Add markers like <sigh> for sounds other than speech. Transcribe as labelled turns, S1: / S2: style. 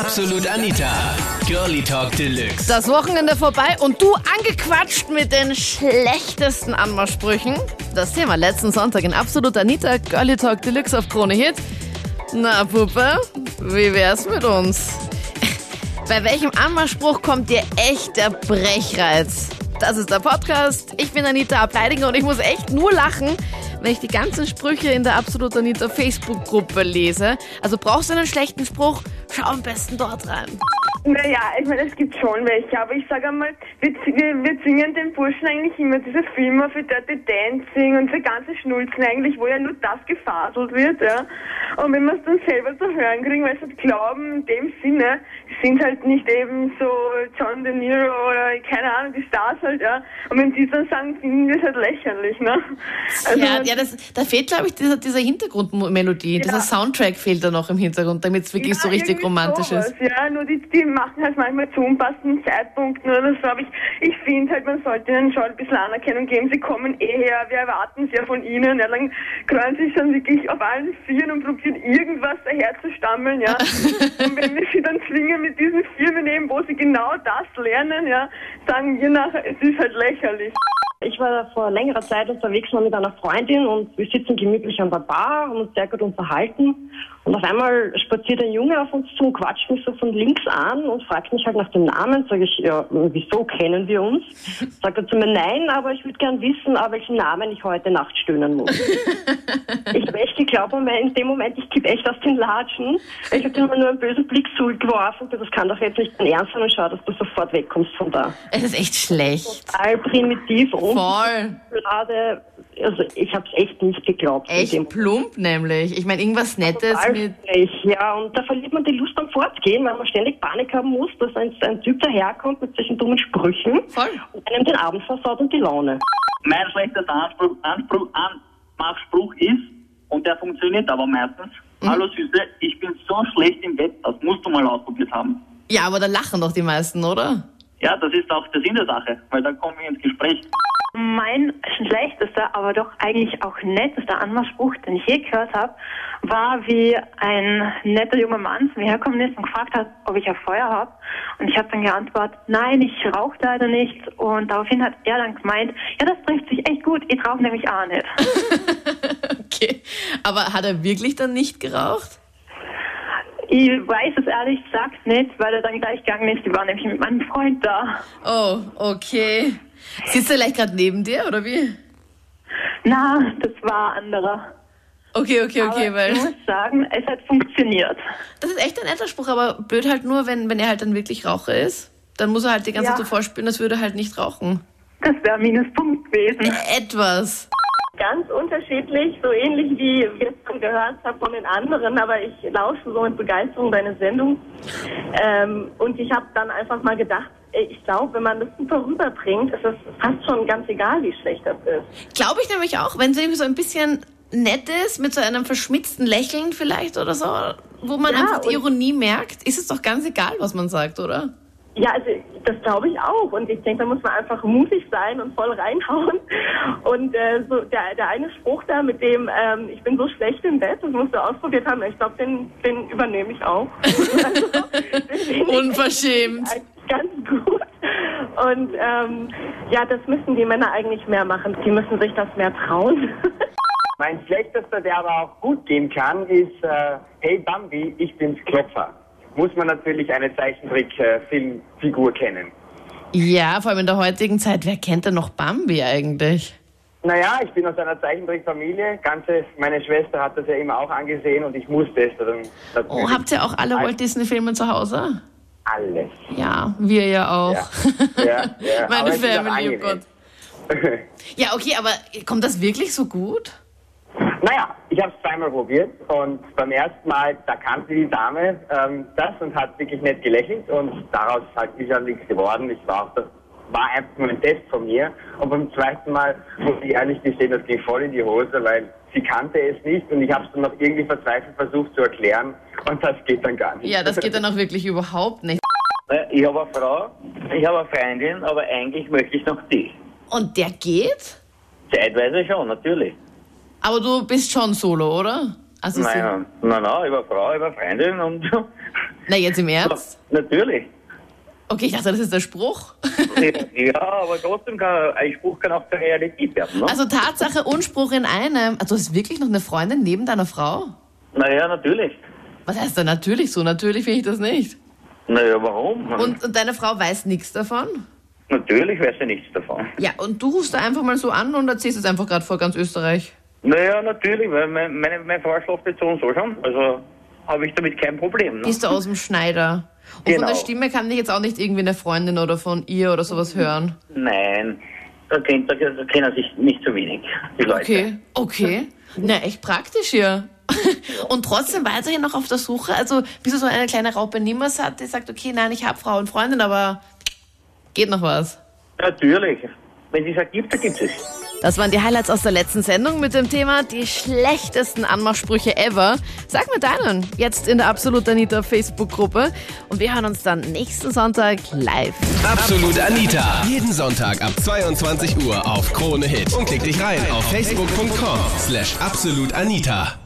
S1: Absolut Anita. Girlie Talk Deluxe.
S2: Das Wochenende vorbei und du angequatscht mit den schlechtesten Anmachsprüchen. Das Thema letzten Sonntag in Absolut Anita, Girlie Talk Deluxe auf Krone Hit. Na, Puppe, wie wär's mit uns? Bei welchem Anmachspruch kommt dir echt der Brechreiz? Das ist der Podcast. Ich bin Anita Ableidinger und ich muss echt nur lachen, wenn ich die ganzen Sprüche in der Absolut Anita Facebook-Gruppe lese. Also brauchst du einen schlechten Spruch, schau am besten dort rein.
S3: Naja, ich meine, es gibt schon welche, aber ich sage einmal, wir, zi- wir, wir zwingen den Burschen eigentlich immer diese Filme für Dirty Dancing und diese ganze Schnulzen eigentlich, wo ja nur das gefaselt wird, ja. Und wenn wir es dann selber zu hören kriegen, weil sie halt glauben, in dem Sinne, sie sind halt nicht eben so John De Niro oder keine Ahnung, die Stars halt, ja. Und wenn die dann sagen, finden wir es halt lächerlich, ne? Also,
S2: Ja, ja das, da fehlt, glaube ich, dieser, dieser Hintergrundmelodie, dieser Soundtrack fehlt da noch im Hintergrund, damit es wirklich so richtig
S3: irgendwie
S2: romantisch
S3: sowas,
S2: ist.
S3: Ja, nur die, die machen halt manchmal zu unpassenden Zeitpunkten oder so, aber ich, ich finde halt, man sollte ihnen schon ein bisschen Anerkennung geben. Sie kommen eh her, wir erwarten es ja von ihnen. Ja, dann krallen sie sich dann wirklich auf allen Vieren und probieren irgendwas
S2: <laughs>
S3: daherzustammeln, ja. und wenn wir sie dann zwingen mit diesen Firmen eben, wo sie genau das lernen, ja, sagen wir nachher, es ist halt lächerlich.
S4: Ich war vor längerer Zeit unterwegs mal mit einer Freundin und wir sitzen gemütlich an der Bar, haben uns sehr gut unterhalten. Und auf einmal spaziert ein Junge auf uns zu, und quatscht mich so von links an und fragt mich halt nach dem Namen. Sage ich, ja, wieso kennen wir uns? Sagt er zu mir, nein, aber ich würde gern wissen, auf welchen Namen ich heute Nacht stöhnen muss. ich habe echt geglaubt, Moment, in dem Moment, ich kipp echt aus den Latschen. Ich habe immer nur einen bösen Blick zurückgeworfen, das kann doch jetzt nicht dein Ernst sein und schau, dass du sofort wegkommst von da.
S2: Es ist echt schlecht.
S4: All primitiv und
S2: Voll.
S4: Schokolade, also ich habe es echt nicht geglaubt. in dem
S2: Echt plump nämlich. Ich meine, irgendwas Nettes
S4: Total
S2: mit...
S4: frech, Ja, und da verliert man die Lust am Fortgehen, weil man ständig Panik haben muss, dass ein, ein Typ daherkommt mit solchen dummen Sprüchen
S2: Voll.
S4: und einem den Abend versaut und die Laune.
S5: mein schlechtester Anspruch, Anspruch, Anmachspruch ist, und der funktioniert aber meistens,
S6: Mhm.
S5: hallo Süße, ich bin so schlecht im Bett, das musst du mal ausprobiert haben.
S2: Ja, aber da lachen doch die meisten, oder?
S5: Ja, das ist auch der Sinn der Sache, weil dann kommen wir ins Gespräch.
S7: Mein schlechtester, aber doch eigentlich auch nettester Anmachspruch, den ich je gehört habe, war, wie ein netter junger Mann zu mir hergekommen ist und gefragt hat, ob ich ein Feuer habe. Und ich habe dann geantwortet, nein, ich rauche leider nicht. Und daraufhin hat er dann gemeint, ja, das trifft sich echt gut, ich rauche nämlich auch nicht.
S2: Okay. Aber hat er wirklich dann nicht geraucht?
S7: Ich weiß es ehrlich gesagt nicht, weil er dann gleich gegangen ist. Die war nämlich mit meinem Freund da.
S2: Oh, okay. Sitzt er vielleicht gerade neben dir, oder wie?
S7: Na, das war ein anderer.
S2: Okay, okay, okay,
S7: aber
S2: weil...
S7: ich muss sagen, es hat funktioniert.
S2: Das ist echt ein netter Spruch, aber blöd halt nur, wenn, wenn er halt dann wirklich Raucher ist. Dann muss er halt die ganze
S7: Ja.
S2: Zeit so vorspielen, als würde er halt nicht rauchen.
S7: Das wäre ein Minuspunkt gewesen.
S2: Äh, Etwas.
S8: ganz unterschiedlich, so ähnlich wie wir es schon gehört haben von den anderen, aber ich lausche so mit Begeisterung deine Sendung. Ähm, und ich habe dann einfach mal gedacht, ey, ich glaube, wenn man das super rüberbringt, ist es fast schon ganz egal, wie schlecht das ist.
S2: Glaube ich nämlich auch, wenn es irgendwie so ein bisschen nett ist, mit so einem verschmitzten Lächeln vielleicht oder so, wo man
S8: Ja,
S2: einfach die
S8: und-
S2: Ironie merkt, ist es doch ganz egal, was man sagt, oder?
S8: Ja, also das glaube ich auch. Und ich denke, da muss man einfach mutig sein und voll reinhauen. <laughs> Und äh, so der, der eine Spruch da mit dem, ähm, ich bin so schlecht im Bett, das musst du ausprobiert haben, ich glaube, den, den übernehme ich auch. also, deswegen-
S6: <laughs>
S2: Unverschämt.
S8: eigentlich ganz gut. Und ähm, ja, das müssen die Männer eigentlich mehr machen. Die müssen sich das mehr trauen.
S6: Mein schlechtester, der aber auch gut gehen kann, ist äh, Hey Bambi, ich bin's Klopfer. Muss man natürlich eine Zeichentrick-Filmfigur kennen.
S2: Ja, vor allem in der heutigen Zeit, wer kennt denn noch Bambi eigentlich?
S6: Naja, ich bin aus einer Zeichentrickfamilie. Ganze, meine Schwester hat das ja immer auch angesehen und ich musste es dann natürlich
S2: Oh, habt ihr auch alle Walt Disney-Filme zu Hause?
S6: alles.
S2: Ja, wir ja <laughs> auch.
S6: Ja. Ja, ja. Aber
S2: Oh. <laughs> Meine
S6: es ist auch
S2: Family, oh
S6: angenehm.
S2: Gott.
S6: <laughs>
S2: Ja, okay, aber kommt das wirklich so gut?
S6: naja, ich habe es zweimal probiert und beim ersten Mal, da kannte die Dame ähm, das und hat wirklich nett gelächelt und daraus halt, ist ja nichts geworden. Ich war auch das war einfach nur ein Test von mir. Und beim zweiten Mal muss ich ehrlich gestehen, das ging voll in die Hose, weil sie kannte es nicht und ich habe es dann noch irgendwie verzweifelt versucht zu erklären und das geht dann gar nicht.
S2: Ja, das geht dann auch wirklich überhaupt nicht.
S5: Ich habe eine Frau,
S6: Also,
S5: ich habe eine Freundin, aber eigentlich möchte ich noch dich.
S2: Und der geht?
S5: Zeitweise schon, natürlich.
S2: Aber du bist schon solo, oder? Also
S6: Ähm, also,
S5: nein, nein, nein, über Frau, über Freundin und
S2: Na, jetzt im Ernst?
S6: Natürlich. <laughs>
S2: Okay, ich dachte, das ist der Spruch.
S6: ja, aber trotzdem kann ein Spruch kann auch zur Realität werden. Ne?
S2: <laughs> Also Tatsache und Spruch in einem. Also, du hast wirklich noch eine Freundin neben deiner Frau?
S6: naja, natürlich.
S2: Was heißt da natürlich so? Natürlich finde ich das nicht.
S6: Naja, warum?
S2: Und, und deine Frau weiß nichts davon?
S6: natürlich weiß sie nichts davon.
S2: Ja, und du rufst da einfach mal so an und erzählst es einfach gerade vor ganz Österreich.
S6: Naja, natürlich, weil mein, meine, meine Frau schläft jetzt so und so schon. Also habe ich damit kein Problem. Ne?
S2: Die ist da aus dem Schneider. Und von der
S6: Genau.
S2: Stimme kann ich jetzt auch nicht irgendwie eine Freundin oder von ihr oder sowas hören.
S6: Nein, da kennt- da kennen sich nicht zu wenig, die Leute.
S2: Okay, okay. Na, echt praktisch hier. <laughs> Und trotzdem weiterhin noch auf der Suche. Also, bis du so eine kleine Raupe niemals hat, die sagt, okay, nein, ich habe Frau und Freundin, aber geht noch was.
S6: Natürlich. Wenn es es gibt, dann gibt es.
S2: Das waren die Highlights aus der letzten Sendung mit dem Thema die schlechtesten Anmachsprüche ever. Sag mir deinen jetzt in der Absolut Anita Facebook-Gruppe. Und wir hören uns dann nächsten Sonntag live.
S1: Absolut Anita. Jeden Sonntag ab 22 Uhr auf Krone Hit. Und klick dich rein auf facebook.com slash absolutanita.